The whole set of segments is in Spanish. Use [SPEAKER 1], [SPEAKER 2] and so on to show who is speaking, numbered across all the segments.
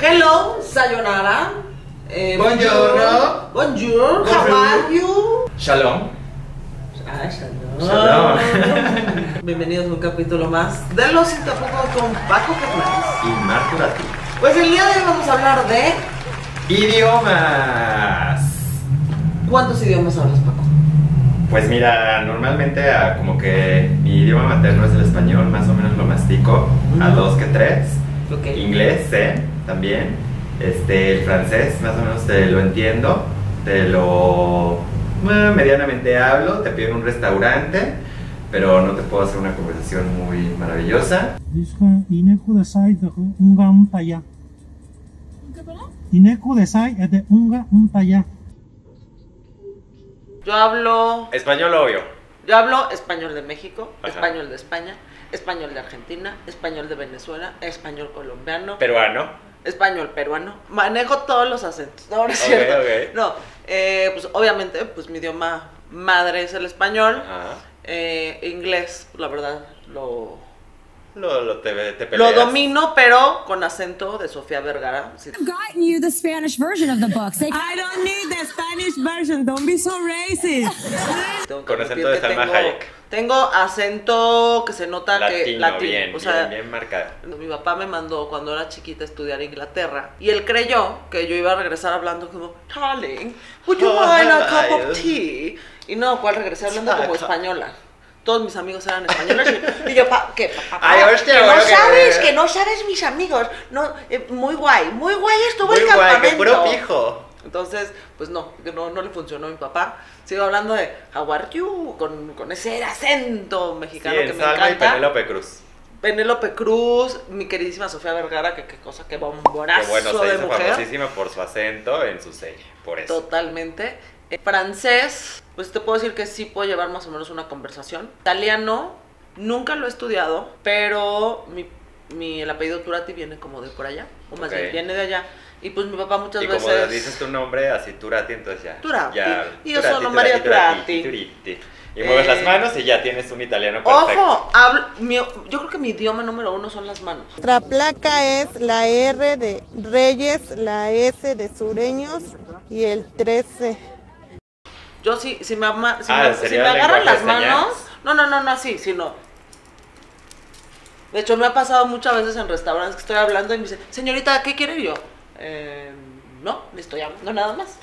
[SPEAKER 1] Hello, sayonara. eh,
[SPEAKER 2] Buongiorno.
[SPEAKER 1] Bonjour. How are you?
[SPEAKER 2] Shalom.
[SPEAKER 1] Ah, shalom.
[SPEAKER 2] Shalom.
[SPEAKER 1] Bienvenidos a un capítulo más de Los Interruptos con Paco Fernández.
[SPEAKER 2] Y Marco Lati.
[SPEAKER 1] Pues el día de hoy vamos a hablar de
[SPEAKER 2] Idiomas.
[SPEAKER 1] cuántos idiomas hablas, Paco.
[SPEAKER 2] Pues mira, normalmente ah, como que mi idioma materno es el español, más o menos lo mastico a
[SPEAKER 1] Ujú.
[SPEAKER 2] dos que tres.
[SPEAKER 1] Ok.
[SPEAKER 2] Inglés, sé, también. Este, el francés, más o menos te lo entiendo, te lo eh, medianamente hablo, te pido en un restaurante, pero no te puedo hacer una conversación muy maravillosa.
[SPEAKER 3] ですが、猫でさいでうんがうんたや。猫でさいでうんがうんたや。
[SPEAKER 1] Yo hablo,
[SPEAKER 2] Español, obvio.
[SPEAKER 1] yo hablo español de México,
[SPEAKER 2] Ajá.
[SPEAKER 1] español de España, español de Argentina, español de Venezuela, español colombiano,
[SPEAKER 2] Peruano.
[SPEAKER 1] español peruano. Manejo todos los acentos. No, no es
[SPEAKER 2] Ok,
[SPEAKER 1] cierto.
[SPEAKER 2] ok.
[SPEAKER 1] No, eh, pues obviamente, pues mi idioma madre es el español. Eh, inglés, la verdad, lo,
[SPEAKER 2] Lo, lo- te, te
[SPEAKER 1] lo
[SPEAKER 2] peleas.
[SPEAKER 1] domino, pero con acento de Sofía Vergara. Sí.
[SPEAKER 4] I've gotten you the Spanish version of the books. They-
[SPEAKER 5] I don't need the Spanish version. Don't be so racist.
[SPEAKER 1] Tengo que
[SPEAKER 2] Con
[SPEAKER 1] admitir
[SPEAKER 2] acento de
[SPEAKER 1] que
[SPEAKER 2] Salma
[SPEAKER 1] tengo-
[SPEAKER 2] Hayek.
[SPEAKER 1] Tengo acento que se nota que
[SPEAKER 2] Latino,
[SPEAKER 1] latino.
[SPEAKER 2] bien,
[SPEAKER 1] o sea,
[SPEAKER 2] bien, bien marcada.
[SPEAKER 1] Mi papá me mandó cuando era chiquita a estudiar a Inglaterra y él creyó que yo iba a regresar hablando como, darling, would you
[SPEAKER 2] Oh,
[SPEAKER 1] mind a cup of tea? Y no, cual regresé hablando como española. Todos mis amigos eran españoles y, y yo, pa, que, pa- pa-
[SPEAKER 2] Ay,
[SPEAKER 1] pa-
[SPEAKER 2] hostia,
[SPEAKER 1] que no
[SPEAKER 2] bueno, que-
[SPEAKER 1] sabes, que no sabes mis amigos. No, eh, muy guay, muy guay estuvo
[SPEAKER 2] Muy
[SPEAKER 1] el
[SPEAKER 2] guay,
[SPEAKER 1] campamento.
[SPEAKER 2] que puro pijo.
[SPEAKER 1] Entonces, pues no, que no, no le funcionó a mi papá. Sigo hablando de how are you, con, con ese acento
[SPEAKER 2] Sí,
[SPEAKER 1] mexicano que
[SPEAKER 2] en
[SPEAKER 1] me
[SPEAKER 2] Salma y
[SPEAKER 1] encanta.
[SPEAKER 2] Penélope Cruz.
[SPEAKER 1] Penélope Cruz, mi queridísima Sofía Vergara, que qué cosa, qué bombonazo
[SPEAKER 2] Que bueno, se
[SPEAKER 1] de
[SPEAKER 2] hizo
[SPEAKER 1] Ah, mujer.
[SPEAKER 2] famosísima por su acento en su serie, por eso.
[SPEAKER 1] Totalmente. Eh, francés, pues te puedo decir que sí puedo llevar más o menos una conversación. Italiano, nunca lo he estudiado, pero mi, mi- el apellido Turati viene como de por allá, o más
[SPEAKER 2] Ok.
[SPEAKER 1] bien viene de allá. Y pues mi papá muchas
[SPEAKER 2] Y como
[SPEAKER 1] veces...
[SPEAKER 2] dices tu nombre, así Turati, entonces ya.
[SPEAKER 1] Turati.
[SPEAKER 2] ya-
[SPEAKER 1] Y yo soy María Turati.
[SPEAKER 2] Turiti. Y mueves
[SPEAKER 1] Eh,
[SPEAKER 2] las manos y ya tienes un italiano perfecto.
[SPEAKER 1] Ojo, hablo- mi- yo creo que mi idioma número uno son las manos.
[SPEAKER 6] Nuestra placa es la R de Reyes, la S de Sureños y el 13.
[SPEAKER 1] Yo sí, si me, ama- si
[SPEAKER 2] Ah,
[SPEAKER 1] me-
[SPEAKER 2] ¿sería
[SPEAKER 1] si me
[SPEAKER 2] lenguaje
[SPEAKER 1] agarran
[SPEAKER 2] de
[SPEAKER 1] las
[SPEAKER 2] señas?
[SPEAKER 1] manos. No, no, no, no así, sino. De hecho, me ha pasado muchas veces en restaurantes que estoy hablando y me dicen, señorita, ¿qué quiere Y yo? "Eh, no, le estoy hablando nada más.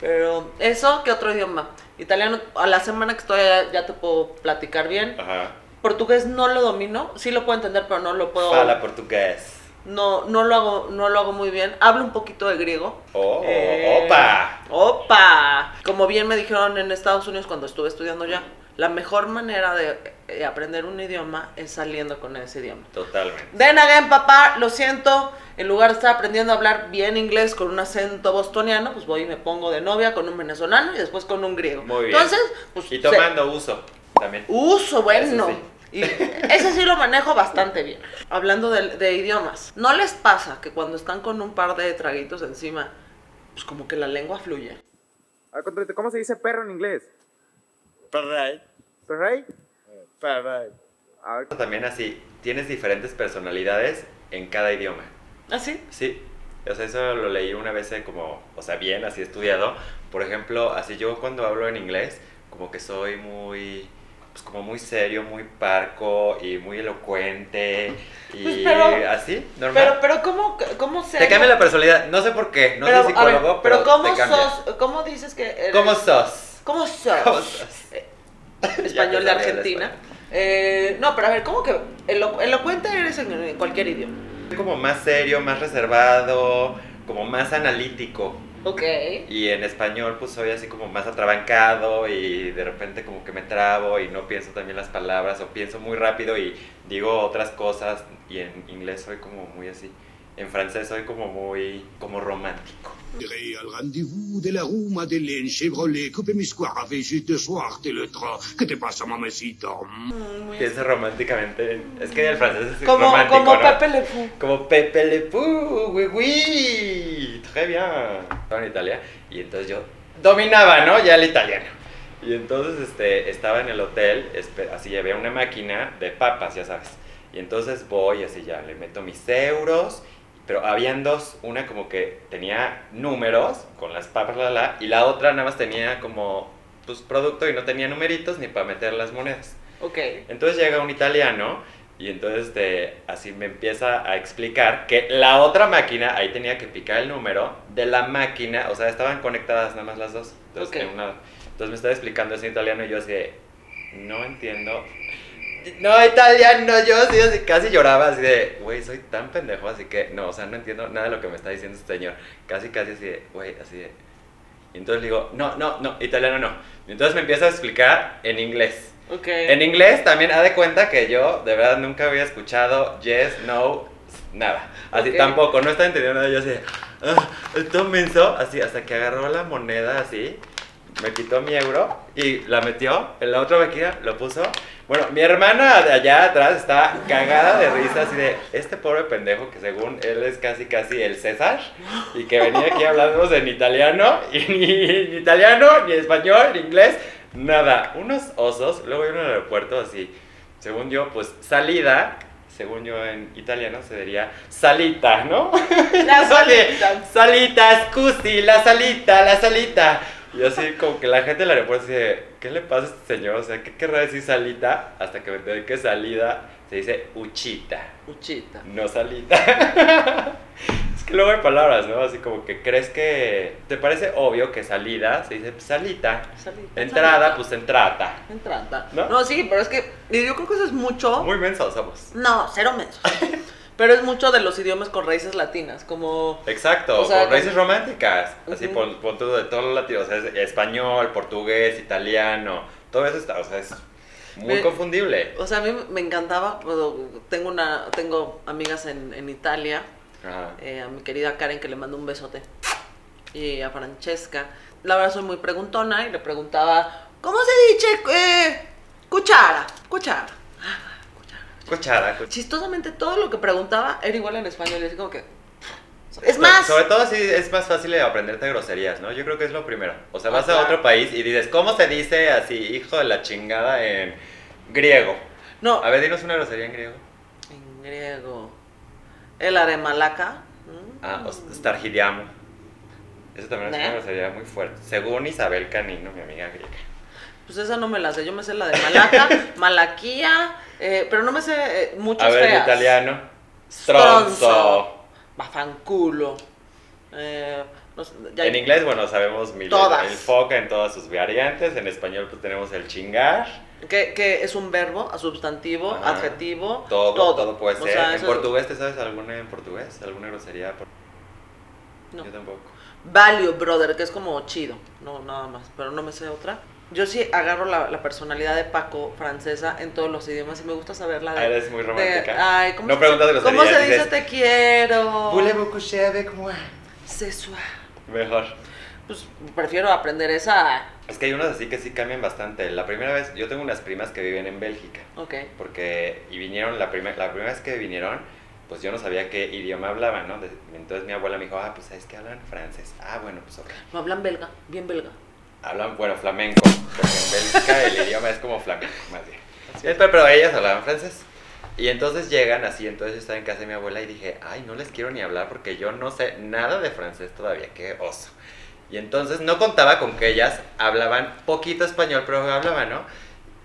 [SPEAKER 1] Pero eso, ¿qué otro idioma? Italiano, a la semana que estoy allá ya te puedo platicar bien.
[SPEAKER 2] Ajá.
[SPEAKER 1] Portugués no lo domino, sí lo puedo entender, pero no lo puedo.
[SPEAKER 2] Fala portugués.
[SPEAKER 1] No, no lo hago, no lo hago muy bien. Hablo un poquito de griego.
[SPEAKER 2] Oh,
[SPEAKER 1] Eh,
[SPEAKER 2] opa.
[SPEAKER 1] ¡Opa! Como bien me dijeron en Estados Unidos cuando estuve estudiando ya, la mejor manera de eh, aprender un idioma es saliendo con ese idioma.
[SPEAKER 2] Totalmente.
[SPEAKER 1] Then again, papá, lo siento. En lugar de estar aprendiendo a hablar bien inglés con un acento bostoniano, pues voy y me pongo de novia con un venezolano y después con un griego.
[SPEAKER 2] Muy bien.
[SPEAKER 1] Entonces, pues.
[SPEAKER 2] Y
[SPEAKER 1] se-
[SPEAKER 2] tomando uso también.
[SPEAKER 1] Uso, bueno.
[SPEAKER 2] Eso sí.
[SPEAKER 1] Y ese sí lo manejo bastante bien. Hablando de, de idiomas, ¿no les pasa que cuando están con un par de traguitos encima, pues como que la lengua fluye?
[SPEAKER 7] Al contrario, ¿cómo se dice perro en inglés?
[SPEAKER 8] Right.
[SPEAKER 7] ¿Perrey?
[SPEAKER 8] Right.
[SPEAKER 7] A ver,
[SPEAKER 2] También así, tienes diferentes personalidades en cada idioma.
[SPEAKER 1] ¿Así?
[SPEAKER 2] Sí, o sea, eso lo leí una vez eh, como, o sea, bien, así estudiado. Por ejemplo, así yo cuando hablo en inglés, como que soy muy, pues como muy serio, muy parco y muy elocuente y
[SPEAKER 1] Pues, pero-
[SPEAKER 2] así,
[SPEAKER 1] Pero,
[SPEAKER 2] normal.
[SPEAKER 1] pero ¿cómo, cómo se...?
[SPEAKER 2] te cambia la personalidad, no sé por qué, no
[SPEAKER 1] pero,
[SPEAKER 2] soy
[SPEAKER 1] a ver,
[SPEAKER 2] psicólogo,
[SPEAKER 1] pero
[SPEAKER 2] pero,
[SPEAKER 1] ¿cómo
[SPEAKER 2] te cambia.
[SPEAKER 1] sos? ¿Cómo dices que eres?
[SPEAKER 2] ¿Cómo sos?
[SPEAKER 1] ¿Cómo sos?
[SPEAKER 2] ¿Cómo sos?
[SPEAKER 1] eh, Español de
[SPEAKER 2] Ya te sabía el
[SPEAKER 1] Argentina.
[SPEAKER 2] español.
[SPEAKER 1] Eh, no, pero a ver, ¿cómo que elo- elocuente eres en, en cualquier idioma?
[SPEAKER 2] Soy como más serio, más reservado, como más analítico.
[SPEAKER 1] Ok.
[SPEAKER 2] Y en español pues soy así como más atrabancado y de repente como que me trabo y no pienso también las palabras o pienso muy rápido y digo otras cosas y en inglés soy como muy así. En francés soy como muy como romántico.
[SPEAKER 9] J'irai al rendez-vous de la roue Madeleine Chevrolet. Coupez mes squares avec juste deux soirs, t'es le train. Que te pasa, mamacita?
[SPEAKER 2] Pienso románticamente. en- Es que el francés es
[SPEAKER 1] Como,
[SPEAKER 2] romántico,
[SPEAKER 1] como
[SPEAKER 2] ¿no?
[SPEAKER 1] Pepe Le Pew.
[SPEAKER 2] Como Pepe Le Pou, oui, oui, très bien. Estaba en Italia y entonces yo dominaba, ¿no? Ya el italiano. Y entonces este, estaba en el hotel, espe- así había una máquina de papas, ya sabes. Y entonces voy así ya, le meto mis euros, pero habían dos, una como que tenía números con las papas, la, la, y la otra nada más tenía como pues, producto y no tenía numeritos ni para meter las monedas.
[SPEAKER 1] Ok.
[SPEAKER 2] Entonces llega un italiano y entonces este, así me empieza a explicar que la otra máquina, ahí tenía que picar el número de la máquina, o sea, estaban conectadas nada más las dos. Entonces,
[SPEAKER 1] Ok.
[SPEAKER 2] en una- entonces me estaba explicando ese italiano y yo así de, no entiendo. No, italiano, yo así, así, casi lloraba así de, güey, soy tan pendejo, así que no, o sea, no entiendo nada de lo que me está diciendo este señor. Casi, casi así de, güey, así de. Y entonces le digo, no, no, no, italiano no. Y entonces me empieza a explicar en inglés.
[SPEAKER 1] Ok.
[SPEAKER 2] En inglés también ha de cuenta que yo de verdad nunca había escuchado yes, no, nada. Así
[SPEAKER 1] Ok.
[SPEAKER 2] tampoco, no estaba entendiendo nada. Yo así, ah, esto menso, así, hasta que agarró la moneda así, me quitó mi euro y la metió en la otra máquina, lo puso. Bueno, mi hermana de allá atrás está cagada de risa, así de este pobre pendejo que según él es casi casi el César y que venía aquí hablándonos en italiano, y ni, ni italiano, ni español, ni inglés, nada. Unos osos, luego yo en el aeropuerto así, según yo, pues salida, según yo en italiano se diría salita, ¿no?
[SPEAKER 1] La
[SPEAKER 2] Oye,
[SPEAKER 1] salita.
[SPEAKER 2] Salita, scusi, la salita, la salita. Y así como que la gente del aeropuerto dice, ¿qué le pasa a este señor? O sea, ¿qué querrá decir salita? Hasta que me enteré que salida se dice uchita,
[SPEAKER 1] Uchita.
[SPEAKER 2] no salita. es que luego hay palabras, ¿no? Así como que crees que... ¿Te parece obvio que salida se dice salita?
[SPEAKER 1] Salita.
[SPEAKER 2] Entrada, pues entrata.
[SPEAKER 1] Entrada.
[SPEAKER 2] ¿No?
[SPEAKER 1] ¿No? sí, pero es que y yo creo que eso es mucho.
[SPEAKER 2] Muy mensos somos.
[SPEAKER 1] No, cero menos. pero es mucho de los idiomas con raíces latinas, como
[SPEAKER 2] Exacto,
[SPEAKER 1] O sea,
[SPEAKER 2] con raíces
[SPEAKER 1] como-
[SPEAKER 2] románticas. Así
[SPEAKER 1] Ujú.
[SPEAKER 2] por, por todo, de todos los latinos. O sea, es español, portugués, italiano. Todo eso está, o sea, es muy
[SPEAKER 1] Ve-
[SPEAKER 2] confundible.
[SPEAKER 1] O sea, a mí me encantaba, pero tengo una, tengo amigas en, en Italia,
[SPEAKER 2] Ajá.
[SPEAKER 1] eh, a mi querida Karen que le mando un besote, y a Francesca. La verdad soy muy preguntona y le preguntaba, ¿cómo se dice eh, cuchara? Cuchara.
[SPEAKER 2] Cuchara, cuchara.
[SPEAKER 1] Chistosamente todo lo que preguntaba era igual en español, y así como que... Es
[SPEAKER 2] So-
[SPEAKER 1] más,
[SPEAKER 2] Sobre todo si es más fácil de aprenderte groserías, ¿no? Yo creo que es lo primero. O sea,
[SPEAKER 1] Ah,
[SPEAKER 2] vas a
[SPEAKER 1] claro.
[SPEAKER 2] otro país y dices, ¿cómo se dice así, hijo de la chingada en griego?
[SPEAKER 1] no,
[SPEAKER 2] A ver, dinos una grosería en griego.
[SPEAKER 1] en griego, el aremalaca, ¿no?
[SPEAKER 2] Ah, os- stargidiamo. Eso también es
[SPEAKER 1] ¿Eh?
[SPEAKER 2] una grosería muy fuerte. Según Isabel Canino, mi amiga griega.
[SPEAKER 1] pues esa no me la sé, yo me sé la de malaca, malaquía, eh, pero no me sé eh, muchas
[SPEAKER 2] A ver, en
[SPEAKER 1] feas.
[SPEAKER 2] italiano. Stronzo.
[SPEAKER 1] Stronzo. Bafanculo. Eh, no sé, ya-
[SPEAKER 2] En inglés, bueno, sabemos mil.
[SPEAKER 1] Todas.
[SPEAKER 2] El foca en todas sus variantes. En español, pues tenemos el chingar.
[SPEAKER 1] Que, que es un verbo, a substantivo,
[SPEAKER 2] Ajá.
[SPEAKER 1] adjetivo.
[SPEAKER 2] Ah, Todo, todo, puede
[SPEAKER 1] O
[SPEAKER 2] ser.
[SPEAKER 1] sea,
[SPEAKER 2] en
[SPEAKER 1] eso-
[SPEAKER 2] portugués, ¿te sabes alguna en portugués? ¿Alguna grosería? por-
[SPEAKER 1] No.
[SPEAKER 2] Yo tampoco.
[SPEAKER 1] Value, brother, que es como chido. No, nada más. Pero no me sé otra. Yo sí agarro la, la personalidad de Paco francesa en todos los idiomas y me gusta saberla de.
[SPEAKER 2] Ah, eres muy
[SPEAKER 1] de-
[SPEAKER 2] romántica.
[SPEAKER 1] ay, ¿cómo
[SPEAKER 2] No
[SPEAKER 1] se-
[SPEAKER 2] preguntas de los
[SPEAKER 1] ¿Cómo se
[SPEAKER 2] ideales,
[SPEAKER 1] dice
[SPEAKER 2] dices,
[SPEAKER 1] te quiero?
[SPEAKER 2] Voulez-vous coucher avec moi?
[SPEAKER 1] Sexual.
[SPEAKER 2] Mejor.
[SPEAKER 1] Pues prefiero aprender esa.
[SPEAKER 2] Es que hay unos así que sí cambian bastante. La primera vez, yo tengo unas primas que viven en Bélgica.
[SPEAKER 1] Ok.
[SPEAKER 2] porque y vinieron la primera la primera vez que vinieron pues yo no sabía qué idioma hablaban no De- entonces mi abuela me dijo ah pues es que hablan francés ah bueno pues ok.
[SPEAKER 1] No hablan belga, bien belga.
[SPEAKER 2] hablan bueno flamenco porque en Bélgica el idioma es como flamenco más bien Eh, pero, pero ellas hablaban francés y entonces llegan así entonces yo estaba en casa de mi abuela y dije ay no les quiero ni hablar porque yo no sé nada de francés todavía qué oso y entonces no contaba con que ellas hablaban poquito español pero hablaban no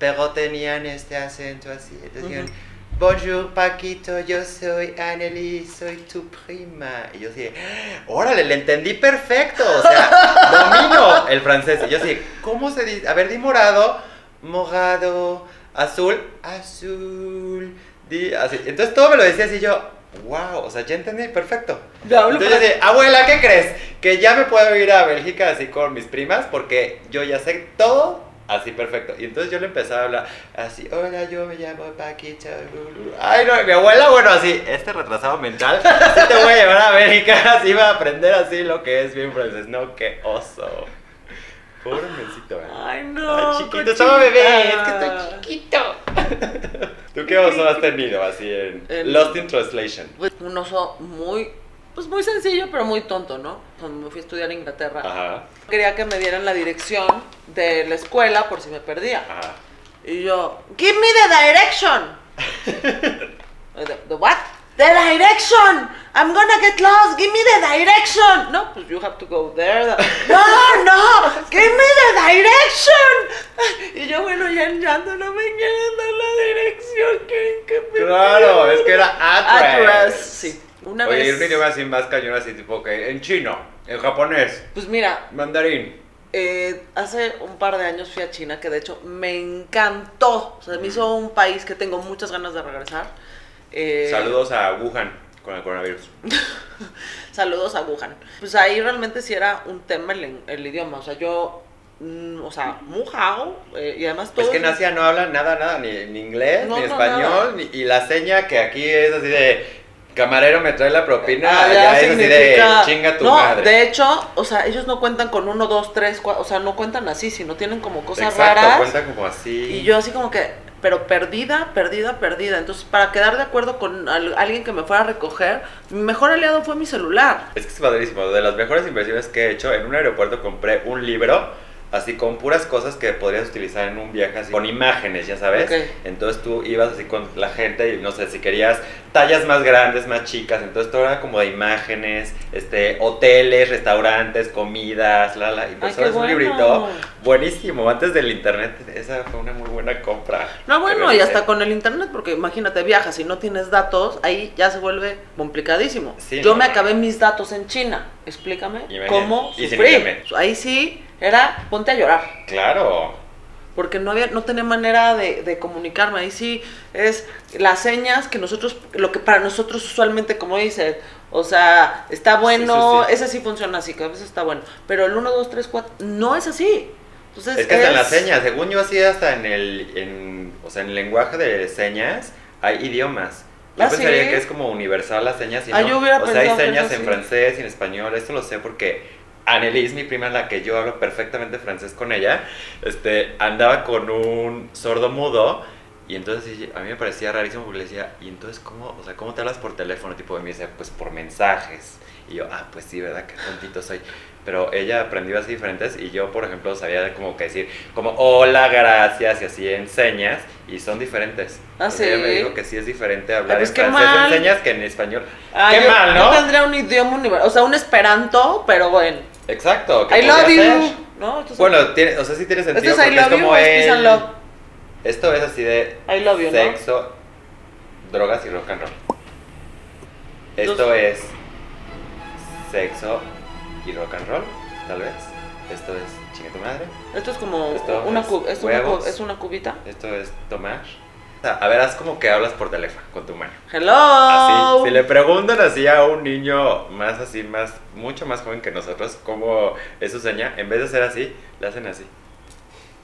[SPEAKER 2] pero tenían este acento así. Entonces dijeron, Bonjour Paquito, yo soy Anneli, soy tu prima. Y yo dije, órale, le entendí perfecto. O sea, domino el francés. Y yo dije, ¿cómo se dice? A ver, di morado, mojado, azul, azul. Di así. Entonces todo me lo decía así yo. Wow, o sea, ya entendí perfecto.
[SPEAKER 1] Ya hablo
[SPEAKER 2] Entonces yo
[SPEAKER 1] fran-
[SPEAKER 2] dije, abuela, ¿qué crees? Que ya me puedo ir a Bélgica así con mis primas porque yo ya sé todo así perfecto. Y entonces yo le empezaba a hablar así, hola, yo me llamo Paquita. ru, ru". Ay, no, y mi abuela, bueno, así, este retrasado mental, sí te voy a llevar a Bélgica, así va a aprender así lo que es bien francés. No, qué oso. Pobre mencito, ¿eh?
[SPEAKER 1] Ay, no.
[SPEAKER 2] Ay, chiquito, estaba bebé, es que
[SPEAKER 1] cochina.
[SPEAKER 2] estoy chiquito. ¿Tú qué oso has tenido así en
[SPEAKER 1] El-
[SPEAKER 2] Lost in Translation?
[SPEAKER 1] Pues, un oso muy, pues muy sencillo, pero muy tonto, ¿no? Cuando me fui a estudiar a Inglaterra,
[SPEAKER 2] Ajá,
[SPEAKER 1] quería que me dieran la dirección de la escuela por si me perdía.
[SPEAKER 2] ajá.
[SPEAKER 1] Y yo, give me the direction. The, the what? The direction! I'm gonna get lost! Give me the direction! No, pues you have to go there. No, no! Give me the direction! Y yo, bueno, ya en llanto, no me quieren dar la dirección. ¿Quieren que me
[SPEAKER 2] Claro, es que era address.
[SPEAKER 1] Address, sí. Una
[SPEAKER 2] Oye, y
[SPEAKER 1] vez.
[SPEAKER 2] un idioma así más cañón, así tipo que en chino, en japonés,
[SPEAKER 1] Pues mira,
[SPEAKER 2] mandarín.
[SPEAKER 1] Eh, hace un par de años fui a China, que de hecho me encantó. O sea, me hizo un país que tengo muchas ganas de regresar. Eh,
[SPEAKER 2] Saludos a Wuhan con el coronavirus.
[SPEAKER 1] Saludos a Wuhan. Pues ahí realmente sí era un tema el, el idioma. O sea, yo. mm, o sea, mujao. eh, y además todo.
[SPEAKER 2] Es Pues que en Asia no hablan nada, nada, ni, ni inglés,
[SPEAKER 1] No,
[SPEAKER 2] ni
[SPEAKER 1] no, nada.
[SPEAKER 2] español, ni- y la seña que aquí es así de camarero me trae la propina,
[SPEAKER 1] Ah, ya
[SPEAKER 2] allá es así de
[SPEAKER 1] significa-
[SPEAKER 2] chinga tu
[SPEAKER 1] no,
[SPEAKER 2] madre.
[SPEAKER 1] de hecho, o sea, ellos no cuentan con uno, dos, tres, cuatro, o sea, no cuentan así, sino tienen como cosas
[SPEAKER 2] Exacto,
[SPEAKER 1] raras.
[SPEAKER 2] cuenta como así.
[SPEAKER 1] Y yo así como que, pero perdida, perdida, perdida. Entonces, para quedar de acuerdo con al- alguien que me fuera a recoger, mi mejor aliado fue mi celular.
[SPEAKER 2] Es que es padrísimo. De las mejores inversiones que he hecho, en un aeropuerto compré un libro, así con puras cosas que podrías utilizar en un viaje, así con imágenes, ya sabes.
[SPEAKER 1] Ok.
[SPEAKER 2] Entonces tú ibas así con la gente y no sé si querías tallas más grandes, más chicas. Entonces todo era como de imágenes, este, hoteles, restaurantes, comidas, la la. Y pues
[SPEAKER 1] qué
[SPEAKER 2] ahora es un
[SPEAKER 1] bueno.
[SPEAKER 2] librito buenísimo. Antes del internet, esa fue una muy buena compra.
[SPEAKER 1] No, bueno,
[SPEAKER 2] Pero,
[SPEAKER 1] y
[SPEAKER 2] eh,
[SPEAKER 1] hasta con el internet, porque imagínate, viajas y no tienes datos, ahí ya se vuelve complicadísimo.
[SPEAKER 2] Sí,
[SPEAKER 1] Yo
[SPEAKER 2] no,
[SPEAKER 1] me
[SPEAKER 2] no.
[SPEAKER 1] acabé mis datos en China. Explícame
[SPEAKER 2] Imagínate.
[SPEAKER 1] cómo
[SPEAKER 2] Y sin
[SPEAKER 1] sufrí.
[SPEAKER 2] internet.
[SPEAKER 1] Ahí sí era ponte a llorar.
[SPEAKER 2] Claro.
[SPEAKER 1] porque no había, no tenía manera de, de comunicarme. Ahí sí es las señas que nosotros, lo que para nosotros usualmente, como dices, o sea, está bueno,
[SPEAKER 2] Sí, sí, sí.
[SPEAKER 1] ese sí funciona así, que a veces está bueno, pero el 1, 2, 3, 4 no es así. Entonces,
[SPEAKER 2] Es que hasta en las señas, según yo así hasta en el, en, o sea, en el lenguaje de señas hay idiomas. Yo
[SPEAKER 1] ¿Ah,
[SPEAKER 2] pensaría
[SPEAKER 1] sí?
[SPEAKER 2] que es como universal las señas y
[SPEAKER 1] Ah,
[SPEAKER 2] no.
[SPEAKER 1] yo hubiera
[SPEAKER 2] o sea, hay
[SPEAKER 1] pensado que
[SPEAKER 2] señas
[SPEAKER 1] era
[SPEAKER 2] en
[SPEAKER 1] así.
[SPEAKER 2] francés y en español, esto lo sé porque Annelise, mi prima, la que yo hablo perfectamente francés con ella, este, andaba con un sordo mudo y entonces y- a mí me parecía rarísimo porque le decía, ¿y entonces cómo, o sea, cómo te hablas por teléfono? Tipo, y me dice, pues por mensajes. Y yo, ah, pues sí, ¿verdad? Qué tontito soy. Pero ella aprendió así diferentes y yo, por ejemplo, sabía como que decir, como hola, gracias y así en señas y son diferentes.
[SPEAKER 1] Ah,
[SPEAKER 2] O sea, Ella me
[SPEAKER 1] ¿sí?
[SPEAKER 2] dijo que sí es diferente hablar
[SPEAKER 1] Ay, pues,
[SPEAKER 2] en
[SPEAKER 1] qué
[SPEAKER 2] francés
[SPEAKER 1] mal.
[SPEAKER 2] en señas que en español.
[SPEAKER 1] Ah,
[SPEAKER 2] qué
[SPEAKER 1] yo-
[SPEAKER 2] mal,
[SPEAKER 1] Yo
[SPEAKER 2] ¿no?
[SPEAKER 1] tendría un idioma universal, o sea, un esperanto, pero bueno.
[SPEAKER 2] Exacto. ¿qué
[SPEAKER 1] I love
[SPEAKER 2] podría
[SPEAKER 1] you.
[SPEAKER 2] ser?
[SPEAKER 1] ¿No? Entonces-
[SPEAKER 2] Bueno, tiene, o sea, sí tiene
[SPEAKER 1] ¿esto
[SPEAKER 2] sentido
[SPEAKER 1] es I
[SPEAKER 2] porque es
[SPEAKER 1] love you
[SPEAKER 2] como
[SPEAKER 1] o es peace and
[SPEAKER 2] el-
[SPEAKER 1] love?
[SPEAKER 2] Esto es así de
[SPEAKER 1] I love you, ¿no?
[SPEAKER 2] sexo, drogas y rock and roll. Esto
[SPEAKER 1] Dos.
[SPEAKER 2] es sexo y rock and roll, tal vez. Esto es chinga tu madre.
[SPEAKER 1] Esto es como
[SPEAKER 2] Esto
[SPEAKER 1] una,
[SPEAKER 2] es
[SPEAKER 1] cu- es una cu-
[SPEAKER 2] huevos.
[SPEAKER 1] es una cubita.
[SPEAKER 2] Esto es tomar. O sea, A ver, haz como que hablas por teléfono con tu mano.
[SPEAKER 1] Hello.
[SPEAKER 2] Así, si Ah, le preguntan así a un niño más así, más, mucho más joven que nosotros, cómo es su seña, en vez de hacer así, le hacen así.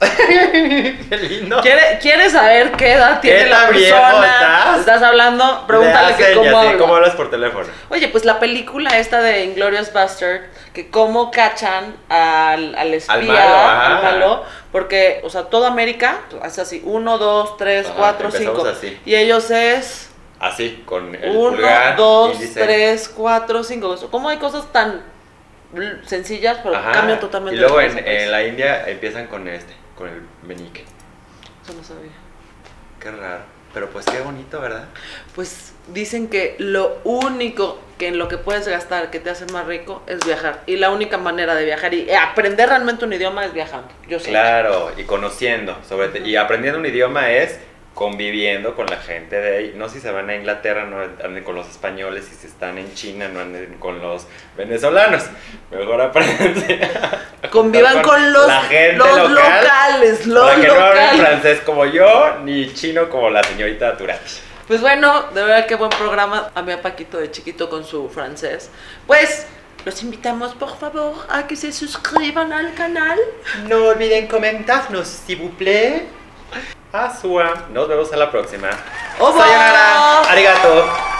[SPEAKER 2] ¡Qué lindo!
[SPEAKER 1] ¿Quiere, quiere saber qué edad tiene la
[SPEAKER 2] tan viejo
[SPEAKER 1] persona?
[SPEAKER 2] estás?
[SPEAKER 1] hablando?
[SPEAKER 2] Le
[SPEAKER 1] Pregúntale que
[SPEAKER 2] hacen y
[SPEAKER 1] cómo
[SPEAKER 2] así,
[SPEAKER 1] habla.
[SPEAKER 2] ¿Cómo hablas por teléfono?
[SPEAKER 1] Oye, pues la película esta de Inglorious Bastard, que cómo cachan al, al espía,
[SPEAKER 2] Al malo, ajá.
[SPEAKER 1] al malo, porque, o sea, toda América hace así, uno, dos, tres,
[SPEAKER 2] Ajá,
[SPEAKER 1] cuatro,
[SPEAKER 2] empezamos
[SPEAKER 1] cinco.
[SPEAKER 2] así.
[SPEAKER 1] Y ellos es
[SPEAKER 2] Así, con el
[SPEAKER 1] uno,
[SPEAKER 2] pulgar.
[SPEAKER 1] dos,
[SPEAKER 2] índice.
[SPEAKER 1] tres, cuatro, cinco. ¿Cómo hay cosas tan mm, sencillas, pero
[SPEAKER 2] Ajá.
[SPEAKER 1] cambian totalmente? pues.
[SPEAKER 2] Y luego
[SPEAKER 1] de país
[SPEAKER 2] en,
[SPEAKER 1] a país?
[SPEAKER 2] en la India empiezan con este, con el meñique.
[SPEAKER 1] Eso no sabía.
[SPEAKER 2] Qué raro. Pero pues qué bonito, ¿verdad?
[SPEAKER 1] Pues dicen que lo único que en lo que puedes gastar que te hace más rico es viajar. Y la única manera de viajar y eh, aprender realmente un idioma es viajando. Yo sé.
[SPEAKER 2] Claro, y conociendo, sobre te- y aprendiendo un idioma es conviviendo con la gente de ahí. No si se van a Inglaterra, no anden con los españoles, si se están en China, no anden con los venezolanos. Mejor aprenden. a
[SPEAKER 1] Convivan
[SPEAKER 2] juntar
[SPEAKER 1] con los,
[SPEAKER 2] la gente
[SPEAKER 1] los
[SPEAKER 2] local,
[SPEAKER 1] locales, los
[SPEAKER 2] para que no hablen
[SPEAKER 1] locales.
[SPEAKER 2] francés como yo, ni chino como la señorita Turati.
[SPEAKER 1] Pues bueno, de verdad que buen programa. A mi Paquito de chiquito con su francés. Pues los invitamos, por favor, a que se suscriban al canal.
[SPEAKER 2] No olviden comentarnos, si vous plaît. Asua. Nos vemos a la próxima.
[SPEAKER 1] Au revoir.
[SPEAKER 2] Sayonara. Arigato.